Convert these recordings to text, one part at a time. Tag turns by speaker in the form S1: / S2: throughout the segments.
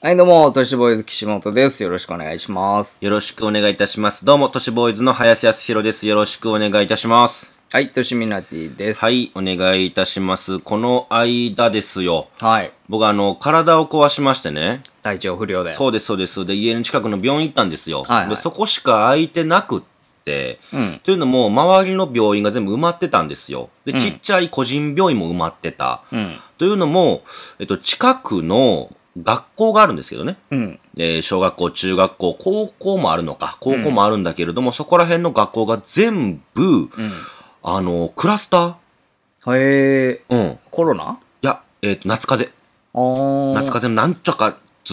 S1: はい、どうも、都市ボーイズ岸本です。よろしくお願いします。
S2: よろしくお願いいたします。どうも、都市ボーイズの林康弘です。よろしくお願いいたします。
S1: はい、都市ミナティです。
S2: は。い、お願いいたします。この間ですよ。
S1: はい。
S2: 僕、あの、体を壊しましてね。
S1: 体調不良で。
S2: そうです、そうです。で、家の近くの病院行ったんですよ。
S1: はいはい
S2: でそこしか空いてなくって。
S1: うん。
S2: というのも、周りの病院が全部埋まってたんですよ。で、ちっちゃい個人病院も埋まってた。
S1: うん。
S2: というのも、えっと、近くの学校があるんですけどね。
S1: うん。
S2: えー小学校、中学校、高校もあるのか、高校もあるんだけれども、そこら辺の学校が全部、あの、クラスタ
S1: うん。へえ、
S2: ーうん。い
S1: コロナ
S2: や、えっ、と、夏風邪。
S1: あー。
S2: 夏風邪のなんちゃかつ、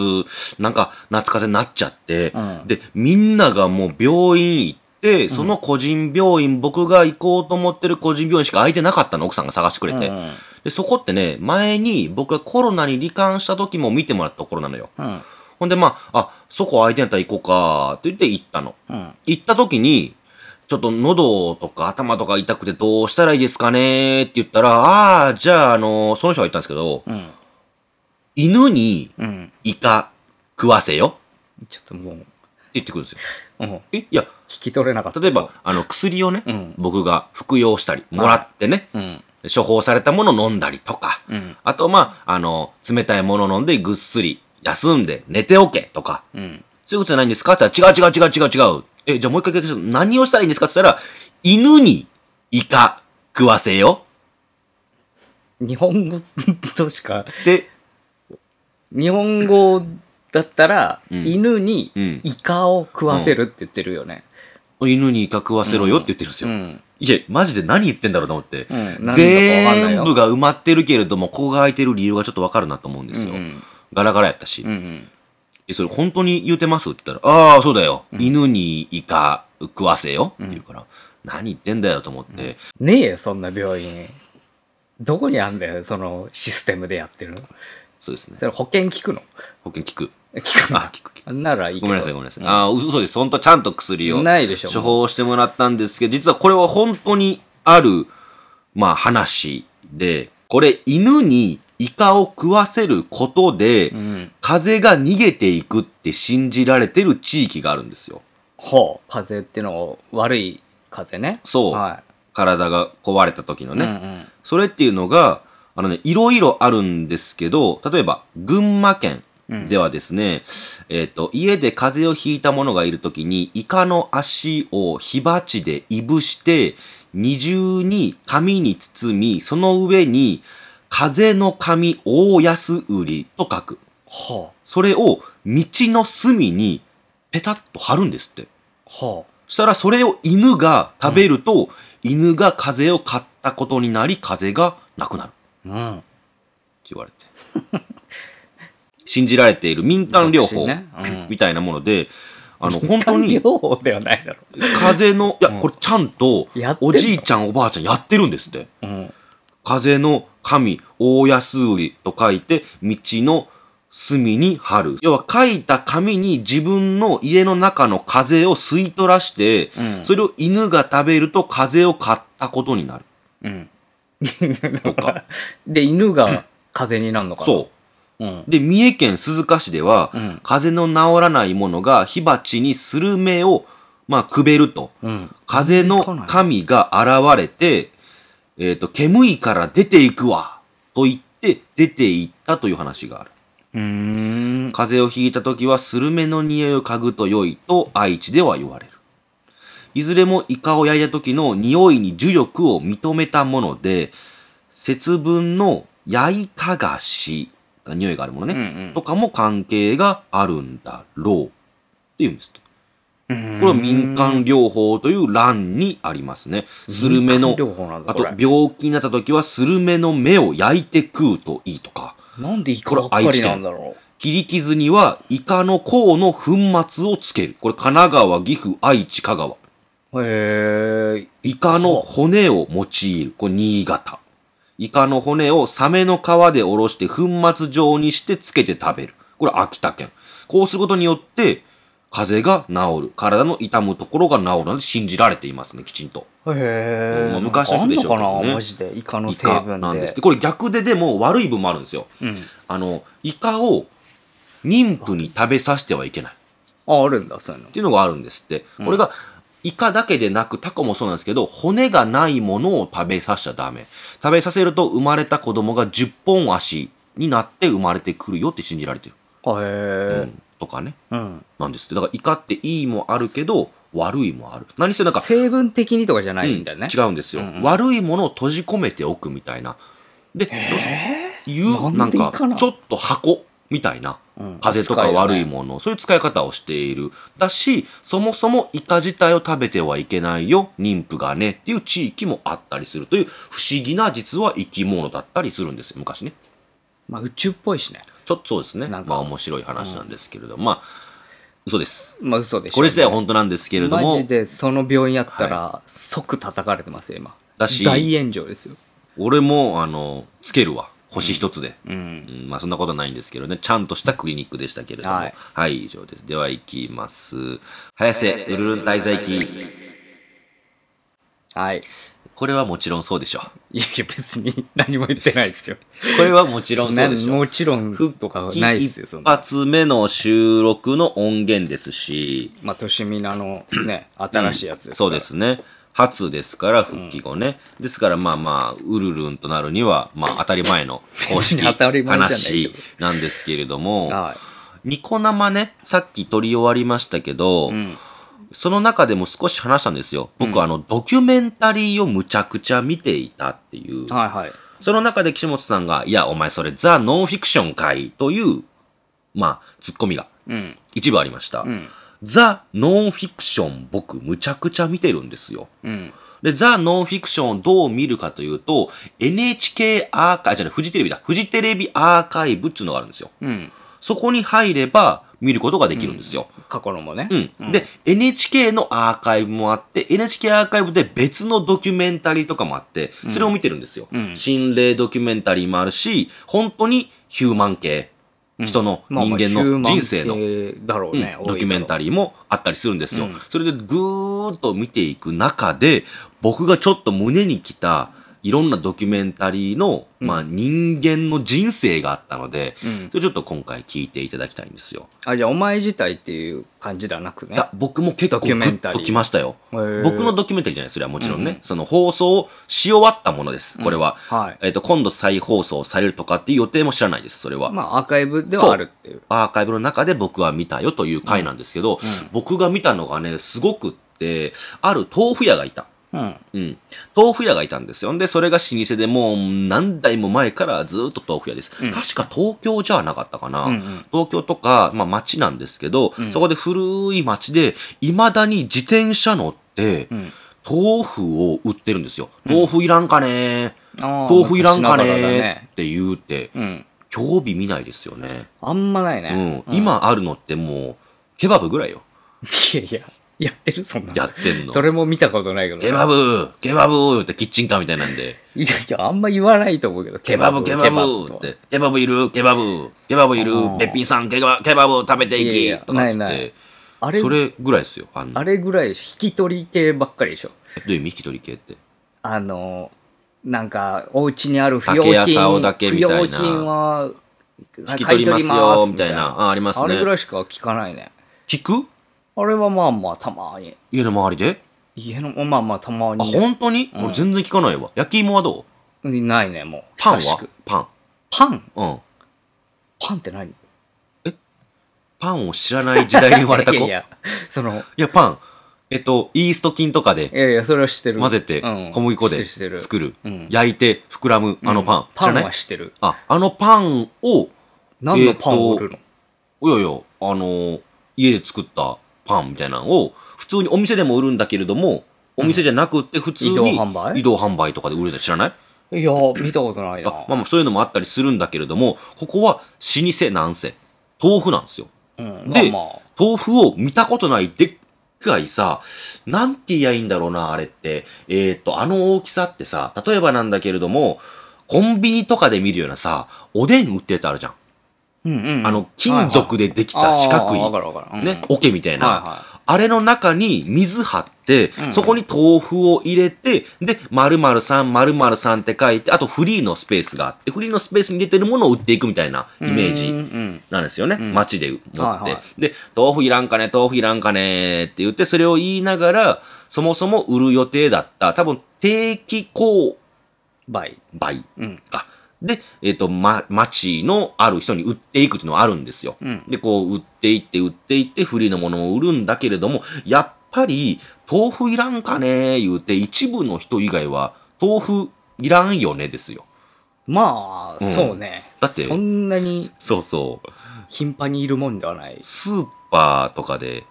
S2: なんか、夏風邪になっちゃって、
S1: うん
S2: で、みんながもう病院行って、その個人病院、僕が行こうと思ってる個人病院しか空いてなかったの、奥さんが探してくれて。
S1: うんうん
S2: で、そこってね、前に僕がコロナに罹患した時も見てもらったところなのよ。
S1: うん。
S2: ほんで、まあ、あ、そこ空いてんやったら行こうか、って言って行ったの。
S1: うん。
S2: 行った時に、ちょっと喉とか頭とか痛くてどうしたらいいですかねって言ったら、ああー、じゃあ、あの、その人が言ったんですけど、
S1: うん。
S2: 犬に
S1: うん。
S2: イカ食わせよ
S1: ちょっともう、
S2: って言ってくるんですよ。
S1: うん。
S2: えいや、
S1: 聞き取れなかった。
S2: 例えば、あの、薬をね、
S1: うん
S2: 僕が服用したり、もらってね、
S1: うん。
S2: 処方されたものを飲んだりとか、
S1: うん。
S2: あと、まあ、あの、冷たいもの飲んでぐっすり休んで寝ておけとか、
S1: うん。
S2: そういうことじゃないんですかって言ったら、違う違う違う違う違う。え、じゃあもう一回聞くと何をしたらいいんですかって言ったら、犬にイカ食わせよ
S1: 日本語としか、
S2: って、
S1: 日本語だったら、
S2: うん
S1: 犬に
S2: うん
S1: イカを食わせるって言ってるよね。
S2: 犬にイカ食わせろよって言ってるんです
S1: う
S2: よ。
S1: ん。
S2: いや、マジで何言ってんだろうと思って。
S1: うん。何だかわかんないよ
S2: 全部が埋まってるけれども、ここが空いてる理由がちょっとわかるなと思うんですよ。
S1: うんうん
S2: ガラガラやったし。
S1: うんうん。
S2: え、それ本当に言うてますって言ったら、ああ、そうだよ。犬にイカ食わせよって言うから、何言ってんだよと思って。
S1: ねえよ、そんな病院。どこにあんだよ、そのシステムでやってるの。
S2: そうですね。
S1: それ保険聞くの
S2: 保険聞く。
S1: 聞く
S2: あ
S1: な。、
S2: 聞く聞く。
S1: ならいいけ
S2: ご
S1: ど
S2: めんなさい、ごめんなさい。ああ、嘘です。本当ちゃんと薬を。
S1: ないでしょ
S2: 処方してもらったんですけど、実はこれは本当にある、まあ話で、これ犬にイカを食わせることで、
S1: うん。
S2: 風が逃げていくって信じられてる地域があるんですよ。
S1: ほう、風邪っていうのを悪い風邪ね。
S2: そう
S1: は
S2: 体が壊れた時の
S1: い。
S2: ね。
S1: うん
S2: それっていうのが、あのね、いろいろあるんですけど、例えば、群馬県ではですね、えっ、と、家で風邪をひいた者がいるときに、イカの足を火鉢でいぶして、二重に紙に包み、その上に、風の紙大安売りと書く。
S1: ほう、
S2: それを道の隅にペタッと貼るんですって。
S1: ほ
S2: そしたらそれを犬が食べると、犬が風邪を買ったことになり、風邪がなくなる。
S1: う。うん。
S2: って言われて。信じられている民間療法
S1: 独身ねうん
S2: みたいなもので、あの、本当に
S1: 療法ではないだろ
S2: 風邪の、いや、これちゃんと
S1: やってんの
S2: おじいちゃんおばあちゃんやってるんですって。
S1: う。うん。
S2: 風邪の神、大安売りと書いて、道の隅に貼る。要は書いた紙に自分の家の中の風邪を吸い取らして、
S1: うん
S2: それを犬が食べると風邪を買ったことになる。
S1: うん。
S2: とか。
S1: で、犬が風邪になるのかな
S2: そう。
S1: う。うん。
S2: で、三重県鈴鹿市では、
S1: うん
S2: 風邪の治らない者が火鉢にスルメを、まあ、くべると。
S1: うん。
S2: 風邪の神が現れて、えっ、と、煙いから出ていくわと言って出ていったという話がある。
S1: うーん。
S2: 風邪をひいた時はスルメの匂いを嗅ぐと良いと愛知では言われる。いずれもイカを焼いた時の匂いに呪力を認めたもので、節分の焼いかがし、匂いがあるものね、
S1: うんうん
S2: とかも関係があるんだろう。っていうんですと。
S1: うん
S2: これは民間療法という欄にありますね。スルメの
S1: 民間療法なん、だ
S2: あと
S1: これ
S2: 病気になった時はスルメの目を焼いて食うといいとか。
S1: なんでイカばっかりなんだろ
S2: 切り傷にはイカの甲の粉末をつける。これ神奈川、岐阜、愛知、香川。
S1: う。へえ。
S2: イカの骨を用いる。これ新潟。イカの骨をサメの皮でおろして粉末状にしてつけて食べる。これ秋田県。こうすることによって、風邪が治る。体の痛むところが治るなんて信じられていますね、きちんと。
S1: へ
S2: うん
S1: え。
S2: まあ昔の人でしょうけ
S1: あん
S2: どね
S1: のかなマジで。イカの
S2: イ
S1: 成分
S2: カ
S1: で。
S2: なんですって。これ逆ででも悪い分もあるんですよ。
S1: うん。
S2: あの、イカを妊婦に食べさせてはいけない。
S1: あ、あるんだ、そういうの
S2: っ。ていうのがあるんですって。これが、イカだけでなく、タコもそうなんですけど、骨がないものを食べさせちゃダメ。食べさせると生まれた子供が10本足になって生まれてくるよって信じられてる。
S1: あ
S2: う
S1: へえ。
S2: ん、とかね。
S1: うん。
S2: なんですって。だからイカっていいもあるけど、悪いもある。何せなんか、
S1: 成分的にとかじゃないんだよね。
S2: うん違うんですよ、
S1: うんうん
S2: 悪いものを閉じ込めておくみたいな。で、言う、
S1: な
S2: な
S1: んんでいい
S2: か
S1: かな、
S2: ちょっと箱みたいな。
S1: うん
S2: 風邪とか悪いもの、そういう使い方をしている。だし、そもそもイカ自体を食べてはいけないよ、妊婦がね、っていう地域もあったりするという、不思議な実は生き物だったりするんですよ、昔ね。
S1: まあ、宇宙っぽいしね。
S2: ちょっとそうですね。
S1: なんか
S2: まあ面白い話なんですけれども、まあ、嘘です。
S1: まあ、嘘でしょ。
S2: これ自体は本当なんですけれど
S1: マ
S2: も
S1: ジ、で、その病院やったら、即叩かれてますよ、今。
S2: だし
S1: 大炎上ですよ。
S2: 俺も、あの、つけるわ。星一つで。
S1: うん。
S2: うんまあそんなことはないんですけどね、ちゃんとしたクリニックでしたけれども。は
S1: はいい、
S2: 以上です。では行きます。早瀬うるるん滞在期。
S1: はい。
S2: これはもちろんそうでしょ
S1: いやいや、別に何も言ってないですよ。
S2: う。これはもちろん そうでし
S1: な
S2: ょう。
S1: もちろん
S2: 復
S1: とか
S2: 帰
S1: ないですよ、そ
S2: 一
S1: んな。
S2: 発目の収録の音源ですし、
S1: まあ、としみなのね、新しいやつですから、
S2: そうですね。初ですから、復帰後ね。ですから、まあまあ、うるるんとなるには、まあ当たり前の公式
S1: 別に当たり前じゃないけ
S2: 話
S1: ど
S2: なんですけれども、
S1: はい。
S2: ニコ生ね、さっき撮り終わりましたけど、
S1: ん
S2: その中でも少し話したんですよ。僕、あの、ドキュメンタリーをむちゃくちゃ見ていたっていう。
S1: はいはい。
S2: その中で岸本さんが、いや、お前それザ・ノンフィクションかいという、まあ、ツッコミが
S1: うん。
S2: 一部ありました。
S1: うん。
S2: ザ・ノンフィクション、僕、むちゃくちゃ見てるんですよ。
S1: うん。
S2: で、ザ・ノンフィクションをどう見るかというと、NHK アーカイブ、じゃない、フジテレビだ。フジテレビアーカイブっていうのがあるんですよ。
S1: うん。
S2: そこに入れば見ることができるんですよ。
S1: 過去のもね。
S2: うん。で、NHK のアーカイブもあって、NHK アーカイブで別のドキュメンタリーとかもあって、それを見てるんですよ。
S1: うん
S2: 心霊ドキュメンタリーもあるし、本当にヒューマン系、人の
S1: まあ
S2: 人
S1: まあ
S2: 間の人生の、
S1: ヒューマン系だろう
S2: うん
S1: ね、
S2: ドキュメンタ
S1: リ
S2: リーもあったりするんですよ。
S1: うん
S2: それでぐーっと見ていく中で、僕がちょっと胸にきた、いろんなドキュメンタリーの、まあ人間の人生があったので、
S1: うん
S2: それちょっと今回聞いていただきたいんですよ。
S1: ー。あ、じゃあ、お前自体っていう感じではなく
S2: い
S1: ね。
S2: や、僕も結構
S1: ド
S2: グ
S1: キュメン
S2: ッ
S1: タリー
S2: ときましたよ。
S1: へー
S2: 僕のドキュメンタリーじゃない、それはもちろんね。その放送をし終わったものです、これは。
S1: はい
S2: えっ、と、今度再放送されるとかっていう予定も知らないです、それは。
S1: まあ、アーカイブではあるっていう。
S2: アーカイブの中で僕は見たよという回なんですけど、僕が見たのがね、すごくって、ある豆腐屋がいた。
S1: うん。
S2: うん。豆腐屋がいたんですよ。で、それが老舗でもう何代も前からずっと豆腐屋です。確か東京じゃなかったかな。
S1: うんうん
S2: 東京とか、まあ町なんですけど、そこで古い町で、未だに自転車乗って、
S1: ん
S2: 豆腐を売ってるんですよ。豆腐いらんかね
S1: あー
S2: 豆腐いらんかね
S1: 昔ながらだね
S2: って言うて、
S1: うん。
S2: 興味見ないですよね。
S1: あんまないね。
S2: うん、今あるのってもう、ケバブぐらいよ。
S1: いやいや、やってるそんなの
S2: やってんの。
S1: それも見たことないけど。
S2: ケバブケバブってキッチンカーみたいなんで、
S1: いやいや、あんま言わないと思うけど。
S2: ケバブケバブっ
S1: と
S2: て、ケバブいるケバブケバブいる
S1: うん
S2: べっぴんさんケバケバブ食べてい
S1: いやい
S2: き
S1: や
S2: とかっつ
S1: な
S2: っ
S1: いない
S2: て、
S1: あれ
S2: そ、れぐらいですよ。あの
S1: あれぐらい引き取り系ばっかりでしょ。
S2: えどういう意味引き取り系って。
S1: あの、なんか、お家にある不用
S2: 竹やさお
S1: 品、
S2: だけ
S1: 不
S2: みたいな
S1: 用品は、
S2: 引き取りますよ、みたいな。あ、あります
S1: あれぐ
S2: ね。
S1: らいしか聞かないね。
S2: 聞く
S1: あれはまあまあ、たまに。
S2: 家の周りで
S1: 家の、まあまあ、たま
S2: あ、
S1: にね、
S2: 本当に俺全然聞かないわ。焼き芋はどう
S1: ないね、もう。
S2: パン
S1: 久し
S2: は
S1: く
S2: パン。
S1: パン
S2: うん。
S1: パンって何
S2: パンを知らない時代に生まれた子。
S1: いやい
S2: い
S1: や、その、
S2: や、パン。えっと、イースト菌とかで
S1: いやいや、それは知ってる。
S2: 混ぜて、
S1: うん
S2: 小麦粉で
S1: してる
S2: 作る
S1: うん。
S2: 焼いて膨らむ、あのパン。知
S1: パ
S2: ら
S1: ン
S2: な
S1: はい知ってる。
S2: あ、あのパンを、
S1: 何のパンを売るの、
S2: おやおや、あのー家で作ったパンみたいなのを、普通にお店でも売るんだけれども、お店じゃなくって普通に、
S1: 移動販売
S2: 移動販売とかで売るじゃん知らない
S1: いやー、見たことないな。
S2: あまあまあそういうのもあったりするんだけれども、ここは老舗なんせ。豆腐なんですよ。
S1: うん、まあ
S2: で、
S1: まあ。
S2: 豆腐を見たことないでっかいさ、なんて言いゃいいんだろうな、あれって。えーっ、と、あの大きさってさ、例えばなんだけれども、コンビニとかで見るようなさ、おでん売ってるやつあるじゃん。
S1: うんうん。
S2: あの、金属ででき
S1: はいは
S2: た
S1: い
S2: 四角
S1: あーわ
S2: い、
S1: かるわかる。うん
S2: ね、、桶みたいな。
S1: はいは
S2: あれの中に水張っって、
S1: うん
S2: そこに豆腐を入れて、で、〇〇さん、〇〇さんって書いて、あとフリーのスペースがあって、フリーのスペースに入れてるものを売っていくみたいなイメージ。
S1: うんうん
S2: なんですよね。
S1: ん
S2: 街で持って、
S1: はいは
S2: で、豆腐いらんかね、豆腐いらんかねって言って、それを言いながら、そもそも売る予定だった、多分定期購
S1: 倍。
S2: 買
S1: うん。
S2: か。で、えっ、と、ま、町のある人に売っていくっていうのはあるんですよ。
S1: うん
S2: で、こう、売っていって、売っていって、フリーのものを売るんだけれども、やっぱり、豆腐いらんかね言うて、一部の人以外は、豆腐いらんよねですよ。
S1: まあ、
S2: うん
S1: そうね。
S2: だって
S1: そんなに
S2: そうそう。
S1: 頻繁にいるもんではない。
S2: スーパーとかで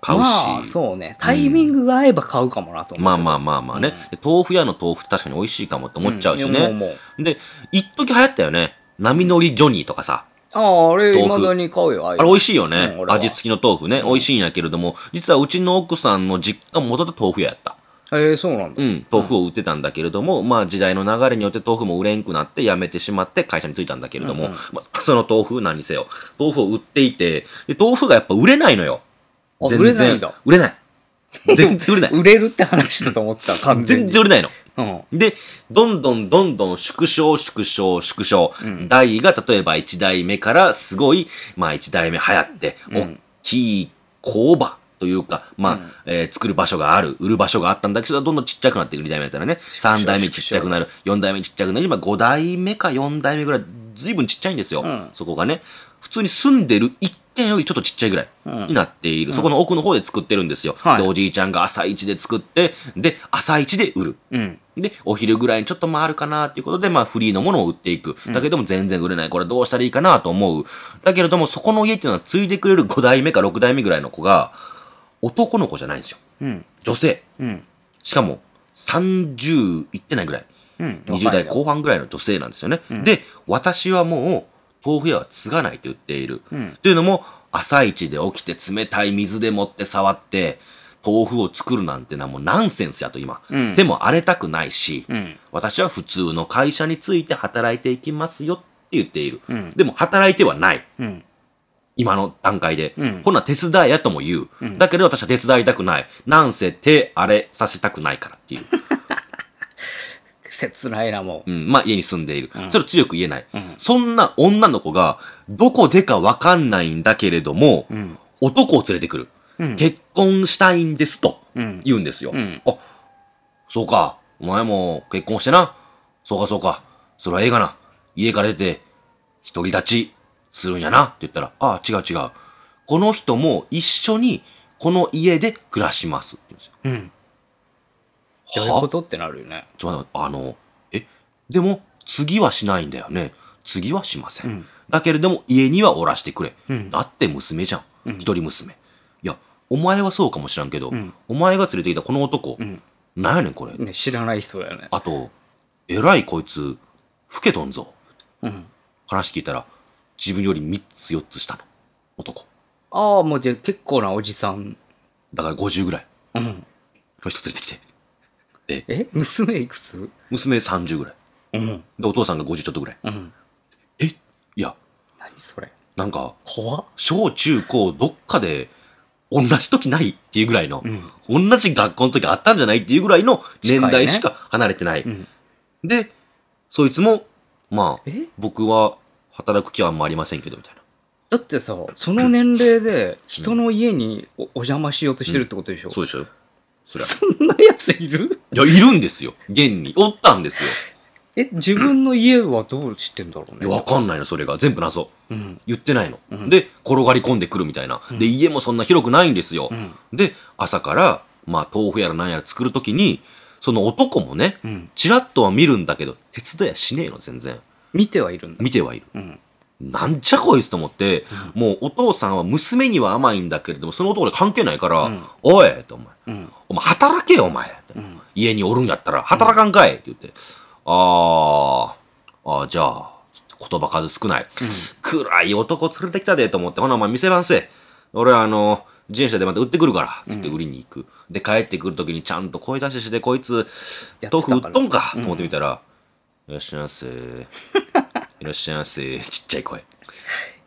S2: 買うし。
S1: まあ、そうね。タイミングが合えば買うかもなと思う。
S2: まあまあまあまあね。で豆腐屋の豆腐って確かに美味しいかもって思っちゃうし
S1: んいや
S2: ね。
S1: もうもう
S2: で、一時流行ったよね。波乗りジョニーとかさ。
S1: ああ、あれ、
S2: 豆腐
S1: 未だに買うよ。あ
S2: あれ美味
S1: しい。
S2: しいよね。
S1: うん俺は
S2: 味付きの豆腐ね。美味しいんやけれども、実はうちの奥さんの実家も元々豆腐屋やった。
S1: えー、そうなんだ。
S2: うん、豆腐を売ってたんだけれども、まあ時代の流れによって豆腐も売れんくなって辞めてしまって会社に着いたんだけれども、
S1: うんうん
S2: まあその豆腐何にせよ、豆腐を売っていて、で豆腐がやっぱ売れないのよ。
S1: あ売れないんだ。
S2: 売れない。 全然売れない。
S1: 売れるって話だと思ってた、完全
S2: 全
S1: に。
S2: 然売れないの。
S1: うん。
S2: で、どんどんどんどん縮小、縮小、縮小。
S1: うん
S2: 代が例えば1代目からすごい、まあ1代目流行って、
S1: うん
S2: 大きい工場というか、まあ、
S1: うん
S2: えー作る場所がある、売る場所があったんだけど、どんどんちっちゃくなっていく2代目だったらね、3代目ちっちゃくなる、4代目ちっちゃくなる、今5代目か4代目ぐらい、ずいぶんちっちゃいんですよ、
S1: うん
S2: そこがね。普通に住んでる一軒よりちょっとちっちゃいぐらい。
S1: うん
S2: になっている。そこの奥の方で作ってるんですよ。
S1: はい
S2: で、おじいちゃんが朝一で作って、で、朝一で売る。
S1: うん。
S2: で、お昼ぐらいにちょっと回るかなっていうことで、まあフリーのものを売っていく。だけども全然売れない。これどうしたらいいかなと思う。だけれども、そこの家っていうのは継いでくれる5代目か6代目ぐらいの子が、男の子じゃないんですよ。
S1: うん。
S2: 女性。
S1: うん。
S2: しかも、30いってないぐらい。
S1: うん。
S2: 20代
S1: 後
S2: 後半ぐらいの女性なんですよね。で、私はもう、豆腐屋は継がないと言っている。
S1: うん
S2: というのも、朝一で起きて冷たい水でもって触って、豆腐を作るなんてのはもうナンセンスやと今。
S1: うん
S2: でも荒れたくないし、
S1: うん。
S2: 私は普通の会社について働いていきますよって言っている。
S1: うん
S2: でも働いてはない。
S1: うん。
S2: 今の段階で。
S1: うん
S2: ほな、手伝えやとも言う。だけど私は手伝いたくない。なんせ手荒れさせたくないからっ ていう。
S1: 切ないな、もう。
S2: うん、まあ家に住んでいる。それを強く言えない。
S1: うん
S2: そんな女の子が、どこでかわかんないんだけれども、
S1: ん
S2: 男を連れてくる。
S1: うん
S2: 結婚したいんですと
S1: うん
S2: 言うんですよ。
S1: うん
S2: あ、そうか、お前も結婚してな。そうかそうか、それはええがな。家から出て、独り立ちするんやなって言ったら、ああ、違う違う。この人も一緒にこの家で暮らしますって言うんですよ。
S1: うん。どういう
S2: は
S1: ことってなるよね。
S2: ちょっと待って、あの、え、でも、次はしないんだよね。次はしません。
S1: うん
S2: だけれども、家にはおらしてくれ。
S1: うん
S2: だって娘じゃん。
S1: うん
S2: 一人娘。いや、お前はそうかもしらんけど、
S1: うん
S2: お前が連れてきたこの男、
S1: うん。
S2: なんやねんこれ。
S1: ね、知らない人だよね。
S2: あと、えらいこいつ、老けとんぞ。
S1: うん。
S2: 話聞いたら、自分より3つ4つ下の男。
S1: ああ、もうじゃあ結構なおじさん。
S2: だから50ぐらい
S1: うん。
S2: の人連れてきて。
S1: え娘いくつ
S2: 娘30ぐらい。
S1: うん。
S2: で、お父さんが50ちょっとぐらい。
S1: うん。
S2: えいや、
S1: 何それ。
S2: なんか、
S1: 怖っ。
S2: 小中高どっかで同じ時ないっていうぐらいの、同じ学校の時あったんじゃないっていうぐらいの年代しか離れてない。
S1: うん。
S2: で、そいつも、まあ
S1: え、
S2: 僕は働く気はあんまありませんけど、みたいな。
S1: だってさ、その年齢で人の家におお邪魔しようとしてるってことでしょ、
S2: そうでしょそりゃ。
S1: そんなやついる
S2: いや、いるんですよ。現に。おったんですよ。
S1: え、自分の家はどう知ってんだろう
S2: いや、
S1: ね
S2: わ。かんないの、それが。全部謎。
S1: うん。
S2: 言ってないの。で、転がり込んでくるみたいな。で、家もそんな広くないんですよ。
S1: うん
S2: で、朝から、まあ、豆腐やらなんやら作るときに、その男もね、
S1: うん。
S2: チラッとは見るんだけど、手伝いはしねえの、全然。
S1: 見てはいるんだ。
S2: 見てはいる。
S1: うん。
S2: なんじゃこいつと思って、もうお父さんは娘には甘いんだけれども、その男に関係ないから、
S1: うん
S2: おいとお前、
S1: うん。
S2: お前働けよ、お前、
S1: ん
S2: 家におるんやったら、働かんかいって言って、あー、あーじゃあ、言葉数少ない。暗い男連れてきたでと思って、ほな、お前店番せえ。俺はあの、自転車でまた売ってくるから、って言って売りに行く。で、帰ってくるときにちゃんと声出しして、こいつ、
S1: やってた
S2: 豆腐売っとん
S1: か
S2: からと思って みたら、いらっしゃいませ。いらっしゃいませ。ちっちゃい声。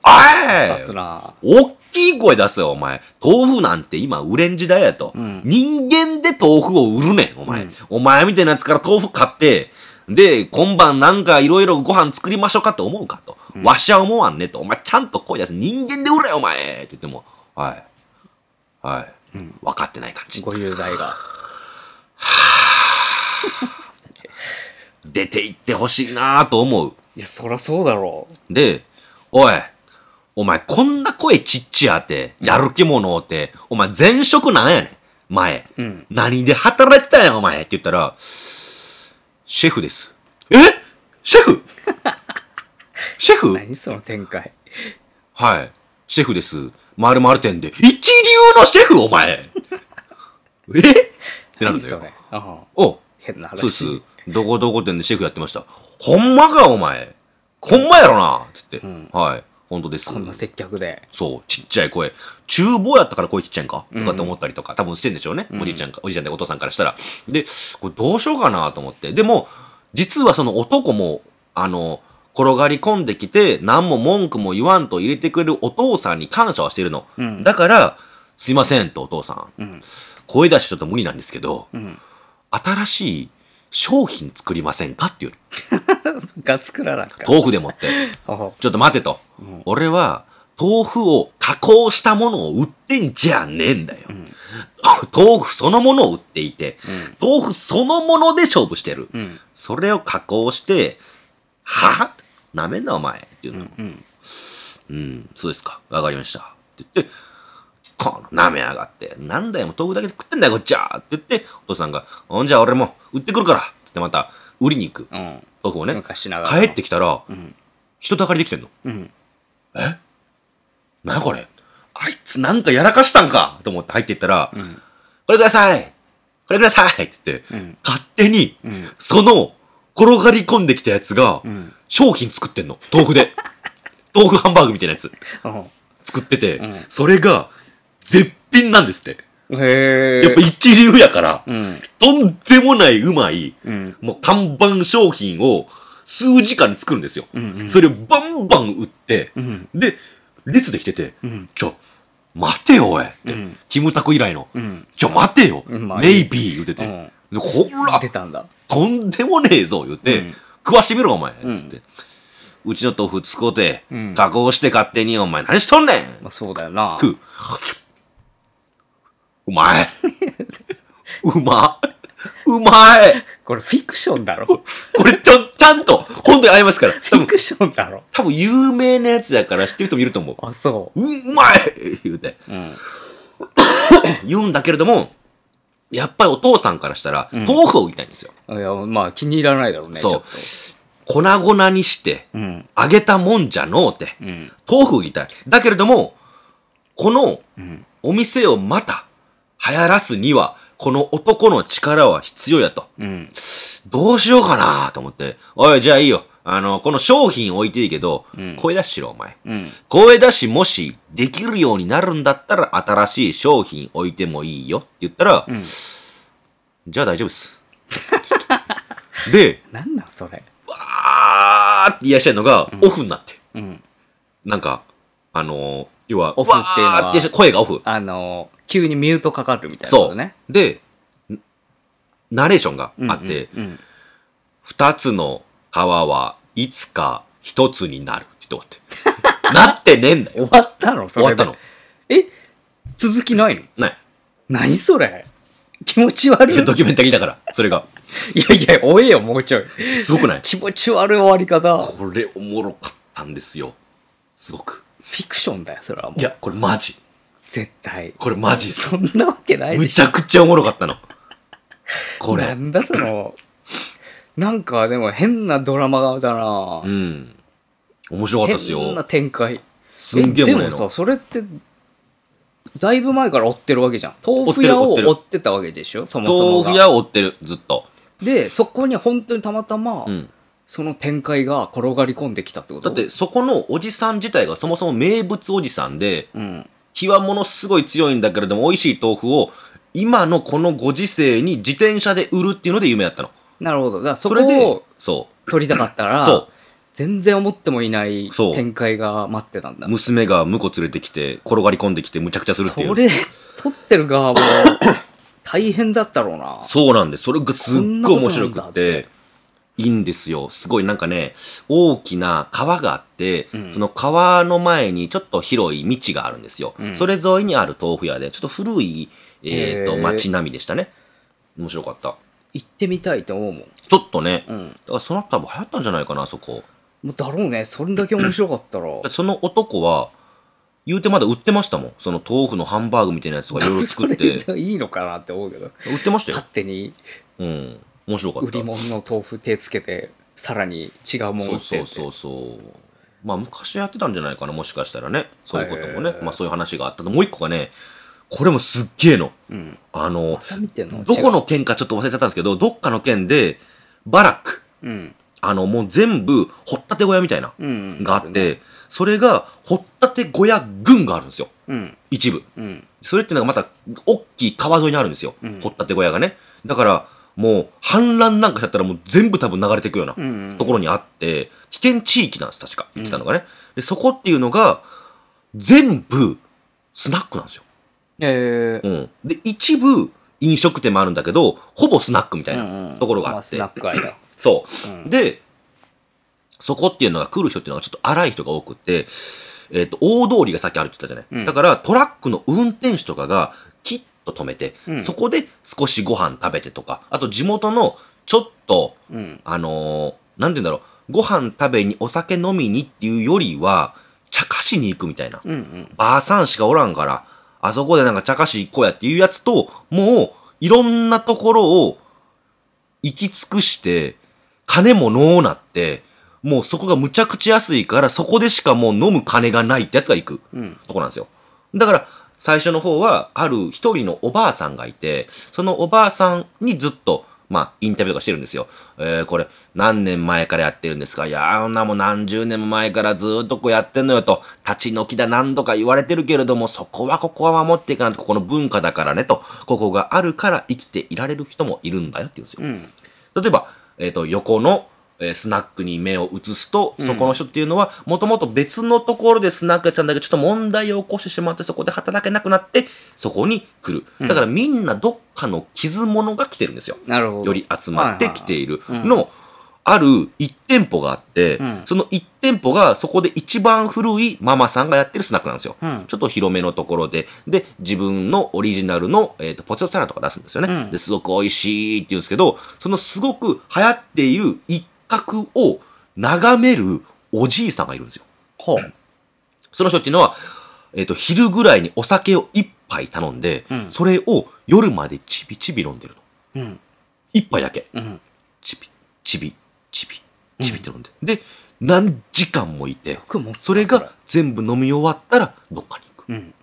S2: あ
S1: 立つな。
S2: 大きい声出せよ、お前。豆腐なんて今売れん時代やと。
S1: うん
S2: 人間で豆腐を売るねん、お前。
S1: うん
S2: お前みたいなやつから豆腐買って、で、今晩なんかいろいろご飯作りましょうかと思うかと。わしは思わんねと。お前ちゃんと声出す。人間で売れよ、お前って言っても、はい。はい。分かってない感じ。
S1: ご雄大が。
S2: 出て行ってほしいなぁと思う。
S1: いや、そらそうだろう。
S2: で、おい、お前こんな声ちっちゃって、やる気者って、お前前職なんやねん、前。
S1: うん
S2: 何で働いてたんや、お前って言ったら、シェフです。えシ ェフシェフ
S1: 何その展開。
S2: はい。シェフです。まる店で、一流のシェフ、お前えってなるん
S1: 何
S2: だ
S1: そ
S2: よ。
S1: れ。ああ
S2: お
S1: 変な話。
S2: そうです。どこどこ店でシェフやってました。ほんまか、お前。ほんまやろなつって、
S1: ん
S2: はい。本当です。
S1: こんな接客で。
S2: そう、ちっちゃい声。厨房やったから声ちっちゃいんかとかって思ったりとか、多分してんでしょうね。おじいちゃんか、おじいちゃんでお父さんからしたら。で、これどうしようかなと思って。でも、実はその男も、あの、転がり込んできて、何も文句も言わんと入れてくれるお父さんに感謝はしてるの。
S1: ん
S2: だから、すいませんとお父さん。
S1: うん。
S2: 声出しちょっと無理なんですけど、
S1: うん。
S2: 新しい商品作りませんかっていう。
S1: ガツクラなんか。
S2: 豆腐でもって。
S1: あ
S2: ちょっと待てと。俺は、豆腐を加工したものを売ってんじゃねえんだよ。豆腐そのものを売っていて、豆腐そのもので勝負してる。
S1: あうん。
S2: それを加工して、はぁなめんなお前っていうの。
S1: うん。
S2: うん、そうですか。わかりました。って言って、この舐めやがって、なんだよ、もう豆腐だけで食ってんだよ、こっちはって言って、お父さんが、ほんじゃ俺も売ってくるからって言ってまた、売りに行く。
S1: うん。
S2: 豆腐をね、
S1: 昔ながらの。
S2: 帰ってきたら、
S1: ん
S2: 人だかりできてんの。
S1: うん。
S2: なにこれあいつなんかやらかしたんかと思って入っていったら、
S1: うん。
S2: これくださいこれくださいって言って、
S1: うん。
S2: 勝手に、
S1: うん。
S2: その、転がり込んできたやつが、
S1: ん
S2: 商品作ってんの。豆 腐で。豆腐ハンバーグみたいなやつ
S1: う
S2: 作ってて、
S1: うん
S2: それが、絶品なんですって。
S1: ん。へえ。
S2: やっぱ一流やから、
S1: うん。
S2: とんでもないうまい、
S1: うん。
S2: もう看板商品を数時間で作るんですよ。
S1: うんうん
S2: それをバンバン売って、
S1: うん。
S2: で、列できてて、
S1: うん。
S2: ちょ、待てよ、おいっ
S1: う
S2: て、
S1: ん
S2: キムタク以来の、
S1: うん。
S2: ちょ、待てよ、
S1: うんまあ
S2: ネイビー言うてて、
S1: うん
S2: でほら
S1: 出、たんだ。
S2: とんでもねえぞ、言うて、
S1: うん
S2: 食わしてみろ、お前、
S1: うん
S2: つって。うちの豆腐使うて、
S1: うん
S2: 加工して勝手に、お前、何しとんねん
S1: まあそうだよな。
S2: 食う。う まい。うまい。うまい。
S1: これフィクションだろ。
S2: これちょ、ちゃんと、本当にあります から。
S1: フ
S2: 多
S1: ィ
S2: 分、
S1: クションだろ。
S2: 多分有名なやつだから知ってる人もいると思う。
S1: あ、そう
S2: うまい 言うて。
S1: う。うん。
S2: 言うんだけれども、やっぱりお父さんからしたら、
S1: ん
S2: 豆腐を売りたいんですよ。
S1: いや、まあ気に入らないだろうね。
S2: そう
S1: ちょっと。
S2: 粉々にして、
S1: うん。
S2: 揚げたもんじゃのうて、
S1: うん。
S2: 豆腐を売りたい。だけれども、この
S1: うん。
S2: お店をまた流行らすには、この男の力は必要やと。
S1: うん。
S2: どうしようかなと思って、おい、じゃあいいよ。あの、この商品置いていいけど、
S1: うん
S2: 声出ししろ、お前。
S1: うん。
S2: 声出しもしできるようになるんだったら新しい商品置いてもいいよって言ったら、
S1: ん
S2: じゃあ大丈夫っす。 で、
S1: なんなんそれ。
S2: わーって言いらっしゃるのが、オフになって。
S1: うん。
S2: なんか、あのー要は、
S1: オフっていうのは
S2: わーって言いらっしゃる声がオフ。
S1: あの、急にミュートかかるみたいなこ
S2: そ
S1: とね。
S2: う。で、ナレーションがあって、
S1: うんうん。
S2: 二つの川はいつか一つになるって言って終 わって。なってねえんだよ。
S1: 終わったのそれ
S2: 終わ
S1: で
S2: ったの。。
S1: え続きないの
S2: ない。
S1: 何それ気持ち悪
S2: い
S1: い。
S2: やドキュメンタリーだから、それが。
S1: いやいや、追えよ、もうちょい。
S2: すごくない
S1: 気持ち悪い終わり方。フ
S2: これおもろかったんですよ。すごく。
S1: ィクションだよ、それはもう。
S2: いや、これマジ。
S1: 絶対。
S2: これマジ。
S1: そんなわけない
S2: む
S1: でし
S2: ちゃくちゃおもろかったの。
S1: ょ。
S2: こ
S1: な
S2: れ。
S1: んだその、なんかでも変なドラマだな
S2: うん。面白かったです
S1: 変な
S2: よ。
S1: 展開。
S2: すんげえ
S1: で
S2: もろい
S1: もさ、
S2: の。
S1: それって、だいぶ前から追ってるわけじゃん。豆腐屋
S2: 追
S1: を
S2: ってる追
S1: 追
S2: ってる
S1: ってたわけでしょそもそも
S2: 豆
S1: が。
S2: 腐屋を追ってる、ずっと。
S1: で、そこに本当にたまたま、
S2: うん。
S1: その展開が転がり込んできたってこと
S2: だって、、そこのおじさん自体がそもそも名物おじさんで、
S1: うん。
S2: 気はものすごい強いんだけれども、美味しい豆腐を、今のこのご時世に自転車で売るっていうので夢やったの。
S1: なるほど。だからそ
S2: そ
S1: こ
S2: れで
S1: を、
S2: そ
S1: 取りたかった
S2: う。
S1: ら、
S2: そう。
S1: 全然思ってもいない
S2: そう
S1: 展開が待ってたんだ。
S2: 娘が婿連れてきて、転がり込んできて、むちゃくちゃするっていう。
S1: それ、撮ってる側も 大変だったろうな。
S2: そうなんです。それがすっごい面白くって、いいんですよ。すごいなんかね、大きな川があって、
S1: うん
S2: その川の前にちょっと広い道があるんですよ。
S1: うん
S2: それ沿いにある豆腐屋で、ちょっと古い、えー、と
S1: へー
S2: 街並みでしたね。面白かった。
S1: 行ってみたいと思うもん。
S2: ちょっとね、
S1: うん。
S2: だからその後多分流行ったんじゃないかな、あそこ。
S1: もうだろうね。それだけ面白かったら。
S2: その男は、言うてまだ売ってましたもん。その豆腐のハンバーグみたいなやつとかいろいろ 作って。
S1: それいいのかなって思うけど。
S2: 売ってましたよ
S1: 勝。手に
S2: うん。面白かった。
S1: 売り物の豆腐手つけて、さらに違うもん売
S2: そ
S1: っ
S2: う
S1: て
S2: そうそうそう。まあ昔やってたんじゃないかな、もしかしたらね。そういうこともね
S1: へ。ー
S2: まあそういう話があったの。もう一個がね、これもすっげえの。
S1: うん。
S2: あの
S1: ま、た見てんの
S2: どこの県かちょっと忘れちゃったんですけど、どっかの県で、バラック。
S1: 違ううん。
S2: あの、もう全部、掘ったて小屋みたいな、
S1: うん。
S2: があって、それが、掘ったて小屋群があるんですよ。
S1: うん。
S2: 一部。
S1: うん。
S2: それってのがまた、大きい川沿いにあるんですよ。
S1: うん
S2: 掘ったて小屋がね。だから、もう、氾濫なんかしちゃったらもう全部多分流れていくような
S1: う。ん
S2: と。ころにあって、危険地域なんです、確か。言ってたのがね。で、そこっていうのが、全部、スナックなんですよ。
S1: えー
S2: うん。で、一部、飲食店もあるんだけど、ほぼスナックみたい
S1: うんう
S2: なんところが
S1: ま
S2: あ
S1: あ
S2: って。
S1: スナック愛だ。
S2: そうう。
S1: ん
S2: で、そこっていうのが来る人っていうのがちょっと荒い人が多くって、えっ、と、大通りがさっきあるって言ったじゃない。
S1: うん
S2: だから、トラックの運転手とかが、きっと止めて、
S1: うん
S2: そこで少しご飯食べてとか、あと地元のちょっと、
S1: うん。
S2: あのーなんて言うんだろう、ご飯食べにお酒飲みにっていうよりは、茶化しに行くみたいな。
S1: うんうん。
S2: ばあさんしかおらんから、あそこでなんか茶化し行こうやっていうやつと、もう、いろんなところを行き尽くして、金ものうなって、もうそこがむちゃくちゃ安いから、そこでしかもう飲む金がないってやつが行く。
S1: うん。
S2: とこなんですよ。だから、最初の方は、ある一人のおばあさんがいて、そのおばあさんにずっと、まあ、インタビューとかしてるんですよ。えー、これ、何年前からやってるんですかいや、あんなもう何十年も前からずーっとこうやってんのよと、立ち退きだ何度か言われてるけれども、そこはここは守っていかないと、ここの文化だからねと、ここがあるから生きていられる人もいるんだよって言うんですよ。
S1: うん。
S2: 例えば、えっと横の、えースナックに目を移すと、そこの人っていうのは、もともと別のところでスナックやってたんだけど、ちょっと問題を起こしてしまって、そこで働けなくなって、そこに来る。だからみんなどっかの傷物が来てるんですよ。
S1: なるほど。
S2: より集まってきている
S1: はいはいはいうん
S2: の、ある一店舗があって
S1: うん、
S2: その一店舗がそこで一番古いママさんがやってるスナックなんですよ。
S1: うん
S2: ちょっと広めのところで、で、自分のオリジナルの、えー、とポテトサラダとか出すんですよね、
S1: うん
S2: ですごく美味しいって言うんですけど、そのすごく流行っている一角を眺めるおじいさんがいるんですよ。
S1: ほう。
S2: その人っていうのは、えっ、と、昼ぐらいにお酒を一杯頼んで、
S1: うん
S2: それを夜までちびちび飲んでるの。
S1: うん。
S2: 一杯だけ。
S1: うん。
S2: ちび、ちび、ちび、ちびって飲んで。で、何時間もいて、
S1: 服持ってた
S2: それが、全部飲み終わったら、どっかに行く。
S1: うん。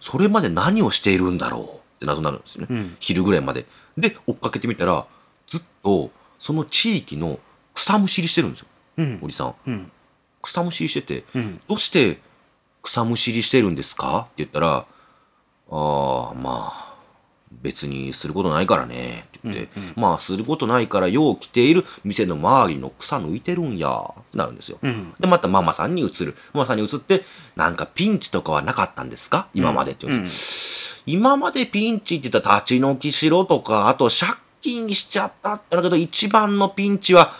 S2: それまで何をしているんだろうって謎になるんですよね。
S1: うん。
S2: 昼ぐらいまで。で、追っかけてみたら、ずっと、その地域の草むしりしてるんですよ。
S1: うん
S2: お。じさん。
S1: うん。
S2: 草むしりしてて、
S1: うん。
S2: どうして草むしりしてるんですかって言ったら、ああ、まあ、別にすることないからね。って言って、
S1: うんうん
S2: まあ、することないから、よう来ている店の周りの草抜いてるんや、ってなるんですよ。
S1: うん。
S2: で、またママさんに移る。ママさんに移って、なんかピンチとかはなかったんですか今までって言うんですよ
S1: うん。
S2: 今までピンチって言ったら立ち退きしろとか、あと借金しちゃったってだけど、一番のピンチは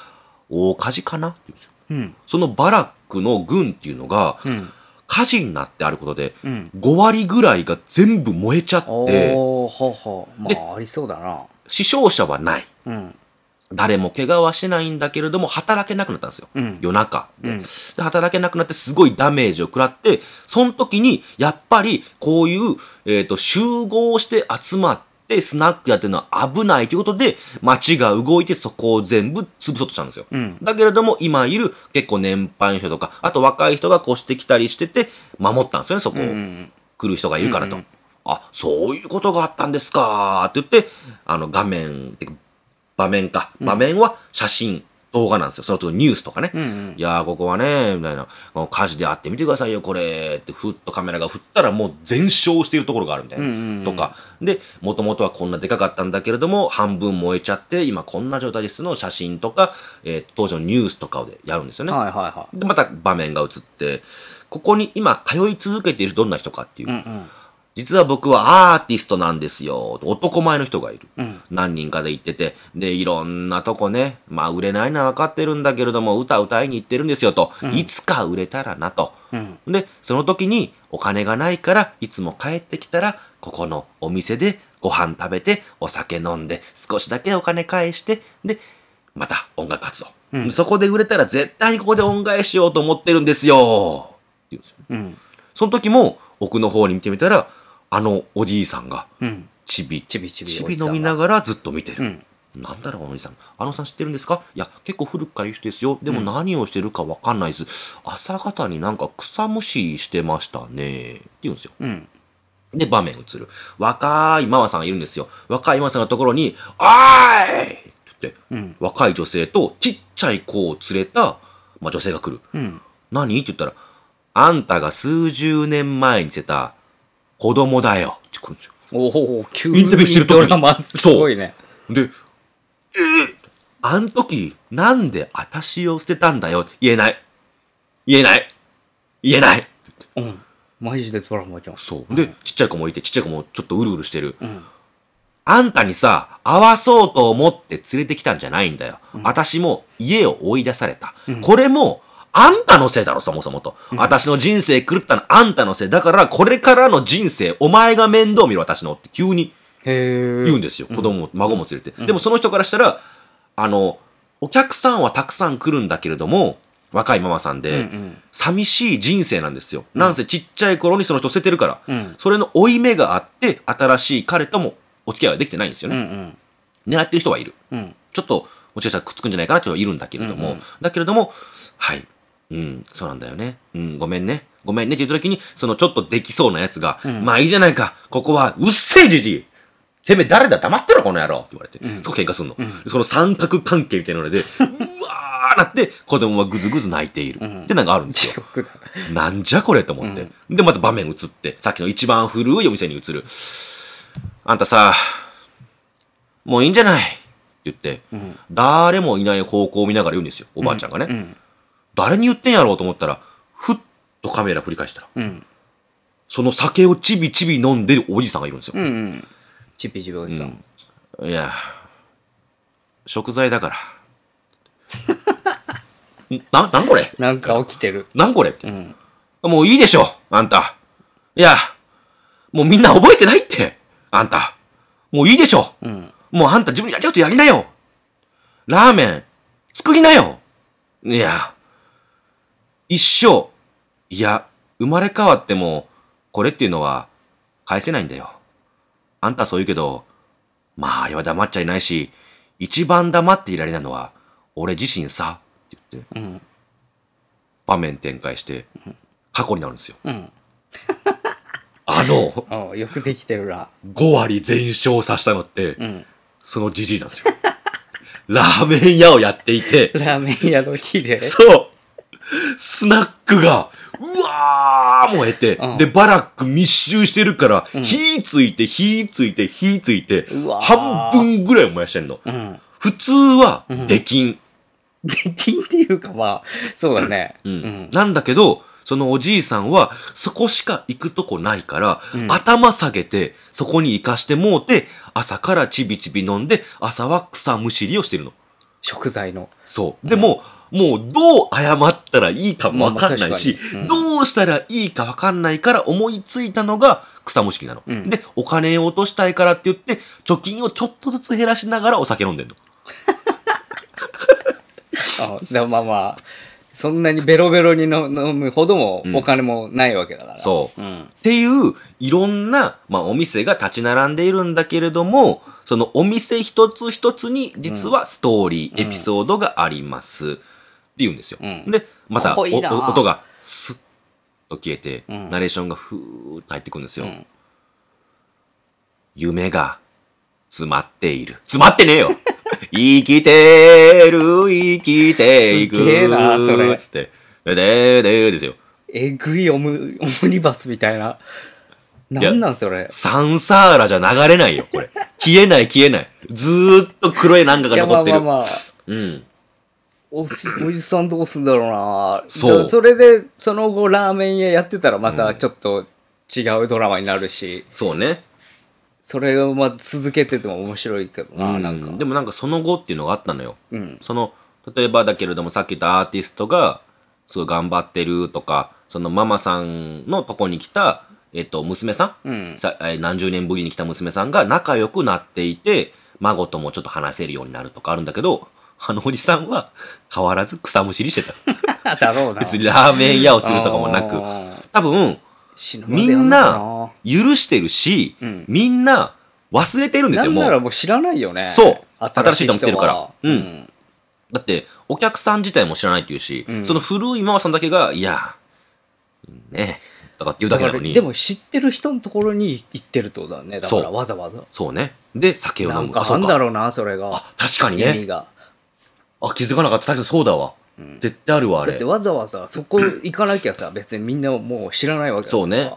S2: 大火事かなって言うんですよ
S1: うん。
S2: そのバラックの軍っていうのが、
S1: うん。
S2: 火事になってあることで、
S1: うん。
S2: 5割ぐらいが全部燃えちゃ
S1: お
S2: って、
S1: ー、ほうほう。まあ、ありそうだな。
S2: 死傷者はない。
S1: うん。
S2: 誰も怪我はしないんだけれども、働けなくなったんですよ。
S1: うん。
S2: 夜中で,、
S1: うん
S2: で働けなくなってすごいダメージを食らってその時にやっぱりこういう、えー、と集合して集まってスナックやってるのは危ないということで街が動いてそこを全部潰そうとしたんですよ、
S1: うん。
S2: だけれども今いる結構年配の人とかあと若い人が越してきたりしてて守ったんですよねそこ
S1: う
S2: を、
S1: ん。
S2: 来る人がいるからと、
S1: うんうん
S2: あそういうことがあったんですかって言ってあの画面てか場面か場面は写真、動画なんですよ。それとニュースとかね。
S1: うんうん
S2: いやー、ここはね、みたいな、もう火事であってみてくださいよ、これって、ふっとカメラが振ったらもう全焼しているところがあるみたいな。
S1: うんうんうん
S2: とか。で、もともとはこんなでかかったんだけれども、半分燃えちゃって、今こんな状態ですの写真とか、えー当時のニュースとかでやるんですよね。
S1: はいはいは
S2: で、また場面が映って、ここに今通い続けているどんな人かっていう。
S1: い。うんうん。
S2: 実は僕はアーティストなんですよ。男前の人がいる。
S1: うん
S2: 何人かで行ってて、で、いろんなとこね、まあ売れないのは分かってるんだけれども、歌歌いに行ってるんですよと、いつか売れたらなと。
S1: うん。
S2: で、その時にお金がないから、いつも帰ってきたら、ここのお店でご飯食べて、お酒飲んで、少しだけお金返して、で、また音楽活動。
S1: うん
S2: そこで売れたら絶対にここで恩返ししようと思ってるんですよ。って言うんですよ
S1: うん。
S2: その時も奥の方に見てみたら、あのおじいさんが、
S1: うん。
S2: ちび、
S1: ちびちび
S2: ち
S1: おじ
S2: び
S1: さん
S2: 飲
S1: が
S2: みながらずっと見て
S1: う
S2: る。
S1: ん。
S2: なんだろう、おじさん。あのさん知ってるんですかいや、結構古くから言う人ですよ。でも何をしてるかわかんないです。朝方になんか草むししてましたね。って言うんですよ。
S1: うん。
S2: で、場面映る。若いママさんがいるんですよ。若いママさんのところに、あーいって言って、
S1: うん。
S2: 若い女性とちっちゃい子を連れた、まあ、女性が来る。
S1: うん。
S2: 何って言ったら、あんたが数十年前にしてた子供だよ。って来るんですよ。
S1: おお、急
S2: インタビューしてる時に
S1: ドラマ、すごいね。
S2: で、えーあん時、なんで私を捨てたんだよ言えない。言えない。言えない。
S1: うん。マジでドラマじゃん。
S2: そう。で、ちっちゃい子もいて、ちっちゃい子もちょっとうるうるしてる。
S1: うん。
S2: あんたにさ、会わそうと思って連れてきたんじゃないんだよ。私も家を追い出された。これも、あんたのせいだろ、そもそもと。私の人生狂ったのあんたのせい。だから、これからの人生、お前が面倒見ろ、私の。って急に
S1: へえ。
S2: 言うんですよ。子供も、孫も連れて。でもその人からしたら、あの、お客さんはたくさん来るんだけれども、若いママさんで、
S1: うん
S2: 寂しい人生なんですよ。なんせちっちゃい頃にその人捨ててるから、
S1: うん
S2: それの負い目があって、新しい彼ともお付き合いはできてないんですよ
S1: うん。うん
S2: ね。狙ってる人はいる。
S1: うん。うん。
S2: ちょっと、もしかしたらくっつくんじゃないかなという人はいるんだけれども、
S1: うんうん
S2: だけれども、はい、うん、そうなんだよね。うん、ごめんね。ごめんねって言った時に、そのちょっとできそうなやつが、
S1: ん
S2: まあいいじゃないか、ここは、うっせえじじいてめえ誰だ黙ってろこの野郎って言われて、そこ喧嘩すんの、その三角関係みたいな ので、うわーなって、子供はぐずぐず泣いている。
S1: ん
S2: ってなんかあるんですよ
S1: 地。獄だ。
S2: なんじゃこれと思って。で、また場面移って、さっきの一番古いお店に移る。あんたさ、もういいんじゃないって言って、
S1: ん
S2: 誰もいない方向を見ながら言うんですよ、おばあちゃんがね。
S1: うん。
S2: 誰に言ってんやろうと思ったら、ふっとカメラ振り返したら、
S1: うん。
S2: その酒をちびちび飲んでるおじさんがいるんですよ
S1: う。んうん。ちびちびおじさん。
S2: いや、食材だ から。んな、なんこれ
S1: なんか起きてる。
S2: なんこれ
S1: うん。
S2: もういいでしょ、あんた。いや、もうみんな覚えてないって、あんた。もういいでしょ。
S1: うん。
S2: もうあんた自分にやりたいことやりなよ。ラーメン、作りなよ。いや、一生、いや、生まれ変わっても、これっていうのは、返せないんだよ。あんたはそう言うけど、まあ、あれは黙っちゃいないし、一番黙っていられないのは、俺自身さ、って言って、
S1: うん。
S2: 場面展開して、過去になるんですよ。
S1: うん。
S2: あの、
S1: ああ、よくできてるな。
S2: 5割全焼させたのって、
S1: うん。
S2: そのじじいなんですよ。 ラーメン屋をやっていて、
S1: ラーメン屋の日で。
S2: そうスナックが、うわー燃えて、
S1: うん
S2: で、バラック密集してるから、火ついて、火ついて、火ついて
S1: う、わー
S2: 半分ぐらい燃やしてんの。
S1: うん。
S2: 普通は、出禁。
S1: できんっていうかまあ、そうだね。
S2: う
S1: うんん。
S2: なんだけど、そのおじいさんは、そこしか行くとこないから、
S1: うん
S2: 頭下げて、そこに行かしてもうて、朝からちびちび飲んで、朝は草むしりをしてるの。
S1: 食材の。
S2: そう。でも、もうどう謝ったらいいかもわかんないし、
S1: まあまあ確かに
S2: どうしたらいいかわかんないから思いついたのが草むしりなの、
S1: うん
S2: で、お金を落としたいからって言って、貯金をちょっとずつ減らしながらお酒飲んでんの。
S1: あだからまあまあ、そんなにベロベロにの飲むほども
S2: うん
S1: お金もないわけだから。
S2: そう。
S1: う。うん。
S2: っていう、いろんな、まあ、お店が立ち並んでいるんだけれども、そのお店一つ一つに、実はストーリー、
S1: うん
S2: エピソードがあります。って言うんですよ。
S1: うん
S2: で、またお
S1: 濃いな
S2: お音がスッと消えて、
S1: うん
S2: ナレーションがふーっと入ってくるんです
S1: う
S2: よ。
S1: ん。
S2: 夢が詰まっている。詰まってねえよ 生きてる、生きていく。
S1: すげえなそれ
S2: つって、でででですよ。
S1: えぐいオムオムニバスみたいな。なんなんそれ。
S2: サンサーラじゃ流れないよ、これ。消えない、消えない。ずーっと黒いなんか
S1: い
S2: が
S1: や、ま
S2: 残
S1: あ
S2: って
S1: ま
S2: る
S1: あ。まあ、
S2: うん。
S1: おじおじさんどうすんだろうな。
S2: そう
S1: だからそれで、その後ラーメン屋やってたらまたちょっと違うドラマになるし、
S2: そうね。
S1: それをまあ続けてても面白いけどな、
S2: うん
S1: なんか。
S2: でもなんかその後っていうのがあったのよ。
S1: うん。
S2: その、例えばだけれどもさっき言ったアーティストが、すごい頑張ってるとか、そのママさんのとこに来た、えっと、娘さん、
S1: うん。
S2: さえー何十年ぶりに来た娘さんが仲良くなっていて、孫ともちょっと話せるようになるとかあるんだけど、あのおじさんは変わらず草むしりしてた。
S1: だろうな。
S2: 別にラーメン屋をするとかもなく。
S1: く。
S2: 多分、
S1: 死ぬまで
S2: み
S1: や
S2: ん
S1: んのか
S2: な許してるし、
S1: うん
S2: みんな忘れてるんで
S1: な。
S2: す
S1: な
S2: よ、
S1: ん
S2: も
S1: なら
S2: う。
S1: もう知らないよね。
S2: そ
S1: 新し
S2: う
S1: い人
S2: 新しいの
S1: は
S2: 見てるからうん
S1: うん。
S2: だって、お客さん自体も知らないっていうし、
S1: うん
S2: その古いママさんだけが、いや、ねえ、とかって言うだ
S1: だ
S2: け
S1: か
S2: な
S1: ら
S2: のに。
S1: でも知ってる人のところに行ってるってことだね。だか
S2: そ
S1: ら
S2: う
S1: わざわざ。
S2: そうね。で、酒を飲
S1: な
S2: む。
S1: んか
S2: あそ
S1: あ
S2: うん
S1: だろうな、それが。
S2: あ、確かに
S1: 意味
S2: ね。
S1: が。
S2: あ、気づかなかった。確かにそうだわ。
S1: うん
S2: 絶対あるわ、あ
S1: だって
S2: れ。
S1: わざわざそこ行かなきゃさ、別にみんなもう知らないわけだから
S2: そうね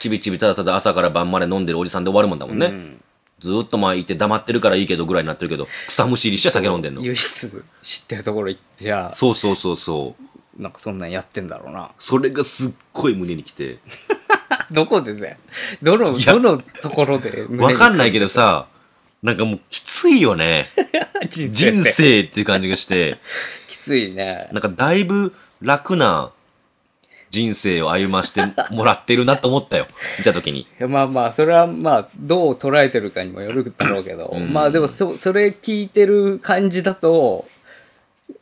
S2: ちびちびただただ朝から晩まで飲んでるおじさんで終わるもんだもんね。
S1: うん
S2: ずーっと前行って黙ってるからいいけどぐらいになってるけど、草むしりして酒飲んでんの。
S1: 唯一知ってるところ行って、じゃあ、
S2: そうそうそうそう。
S1: なんかそんなんやってんだろうな。
S2: それがすっごい胸に 来て。
S1: どこでね、どの、
S2: いや
S1: どのところで
S2: わかんないいけどさ、なんかもうきつい よね。
S1: 人生っ
S2: 人
S1: て
S2: 生っていう感じがして、
S1: きついね。
S2: なんかだいぶ楽な人生を歩ましてもらってるなと思ったよ。見 た時に。
S1: いやまあまあ、それはまあ、どう捉えてるかにもよるだろうけど、
S2: うん
S1: まあでもそ、それ聞いてる感じだと、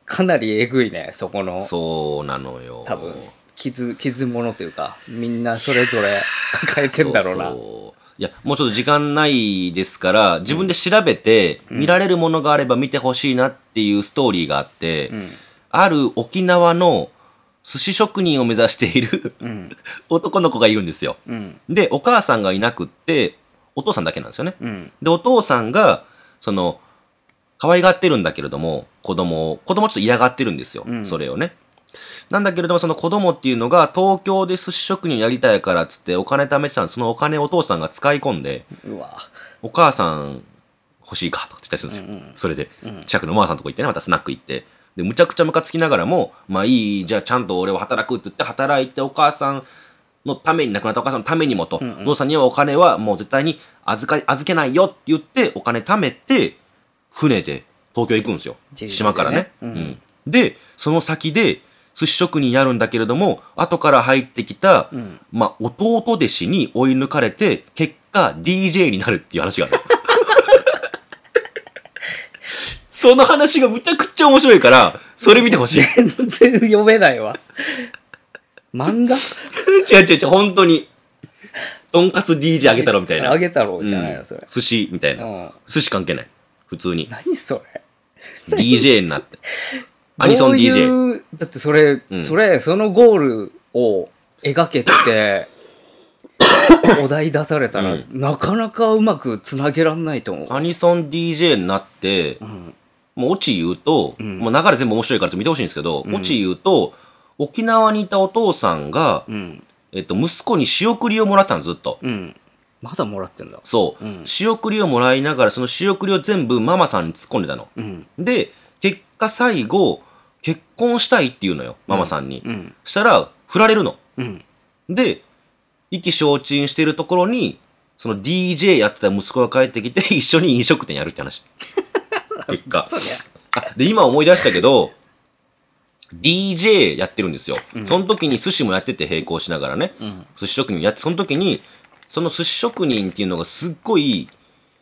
S1: かなりえぐいね、そこの、
S2: そうなのよ。
S1: 多分、傷、傷物というか、みんなそれぞれ抱えてんだろうな。
S2: そうそういや、もうちょっと時間ないですから、自分で調べて、見られるものがあれば見てほしいなっていうストーリーがあって、
S1: うん。
S2: ある沖縄の寿司職人を目指している
S1: うん。
S2: 男の子がいるんですよ。
S1: うん。
S2: で、お母さんがいなくって、お父さんだけなんですよね。
S1: うん。
S2: で、お父さんが、その、可愛がってるんだけれども、子供を、子供ちょっと嫌がってるんですよ。
S1: うん
S2: それをね。なんだけれども、その子供っていうのが、東京で寿司職人やりたいからっつってお金貯めてたのそのお金をお父さんが使い込んで、
S1: うわ。
S2: お母さん欲しいかとかって言ったりするんですよ。
S1: うんうん
S2: それで、
S1: うん
S2: 近くのおばあさんのとこ行ってね、またスナック行って。で、むちゃくちゃムカつきながらも、まあいい、じゃあちゃんと俺は働くって言って働いて、お母さんのために、亡くなったお母さんのためにもと、
S1: うんうん
S2: お父さんにはお金はもう絶対に預か、預けないよって言って、お金貯めて、船で東京行くんですよ。
S1: 自力でね
S2: 島からね、
S1: うん
S2: で、その先で、寿司職人やるんだけれども、後から入ってきた、
S1: うん。
S2: まあ、弟弟子に追い抜かれて、結果 DJ になるって いう話がある。その話がむちゃくちゃ面白いから、それ見てほしい。違
S1: 全然読めないわ。漫画
S2: う違う違う、本当に。とんかつ DJ あげたろみたいな。
S1: あげたろ、じゃない
S2: うん
S1: の、それ。
S2: 寿司みたいうな。
S1: ん。
S2: 寿司関係ない。普 通に。
S1: 何それ
S2: DJ になって。アニソン DJ。
S1: どういうだってそれ、
S2: うん
S1: それ、そのゴールを描けっ て、お題出されたら、
S2: うん
S1: なかなかうまくつなげらんないと思う。
S2: アニソン DJ になって、
S1: ん
S2: もうオチ言うと、
S1: うん
S2: もう流れ全部面白いからちょっと見てほしいんですけど、
S1: うん
S2: オチ言うと、沖縄にいたお父さんが、
S1: うん。
S2: えっと、息子に仕送りをもらったの、ずっと。
S1: うん。まだもらってんだ。
S2: そう、
S1: うん
S2: 仕送りをもらいながら、その仕送りを全部ママさんに突っ込んでたの。
S1: うん。
S2: で、結果最後、結婚したいって言うのよ、ママさんに。
S1: うん。
S2: したら、振られるの。
S1: うん。
S2: で、意気消沈してるところに、その DJ やってた息子が帰ってき て、一緒に飲食店やるっ て話。結果。
S1: そりゃ。
S2: あ、で、今思い出したけど、DJ やってるんですよ。
S1: ん
S2: その時に寿司もやってて並行しながらね。
S1: うん。
S2: 寿司職人やって、その時に、その寿司職人っていうのがすっごい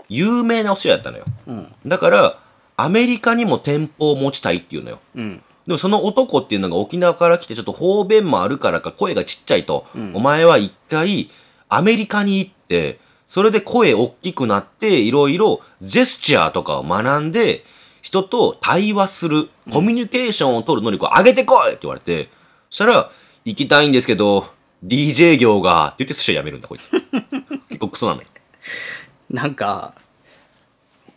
S2: 有名なお寿司屋だったのよ。
S1: うん。
S2: だから、アメリカにも店舗を持ちたいっていうのよ。
S1: うん。
S2: でもその男っていうのが沖縄から来てちょっと方便もあるからか声がちっちゃいと、
S1: うん
S2: お前は一回アメリカに行って、それで声大きくなって、いろいろジェスチャーとかを学んで、人と対話する、コミュニケーションを取る能力を上げてこいって言われて、そしたら、行きたいんですけど、DJ 業が、って言って寿司屋辞めるんだ、こいつ。結構クソなのよ。
S1: なんか、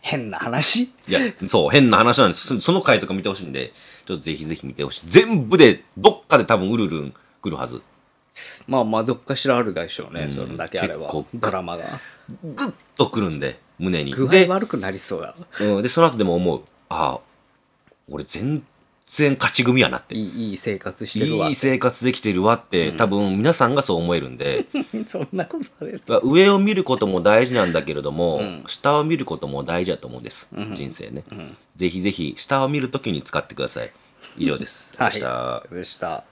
S1: 変な話
S2: いや、そう、変な話なんです。そその回とか見てほしいんで、ちょっとぜひぜひ見てほしい。全部で、どっかで多分、うるるん来るはず。
S1: まあまあどっかしらあるでしょうね、それだけあれば
S2: 結構
S1: ドラマが
S2: ぐっと来るんで、胸に。
S1: 具
S2: で
S1: 合、悪くなりそうだ
S2: うん、で、その後でも思う。ああ、俺全然勝ち組やなって。
S1: い
S2: い
S1: いいい生活してるわ
S2: い生活できてるわって、多分皆さんがそう思える んで、
S1: そんなことされると
S2: だから上を見ることも大事なんだけれども、
S1: うん
S2: 下を見ることも大事だと思うんです。
S1: うん
S2: 人生ね、
S1: ん
S2: ぜひぜひ、下を見るときに使ってください。以上です。
S1: はい
S2: でした。
S1: でした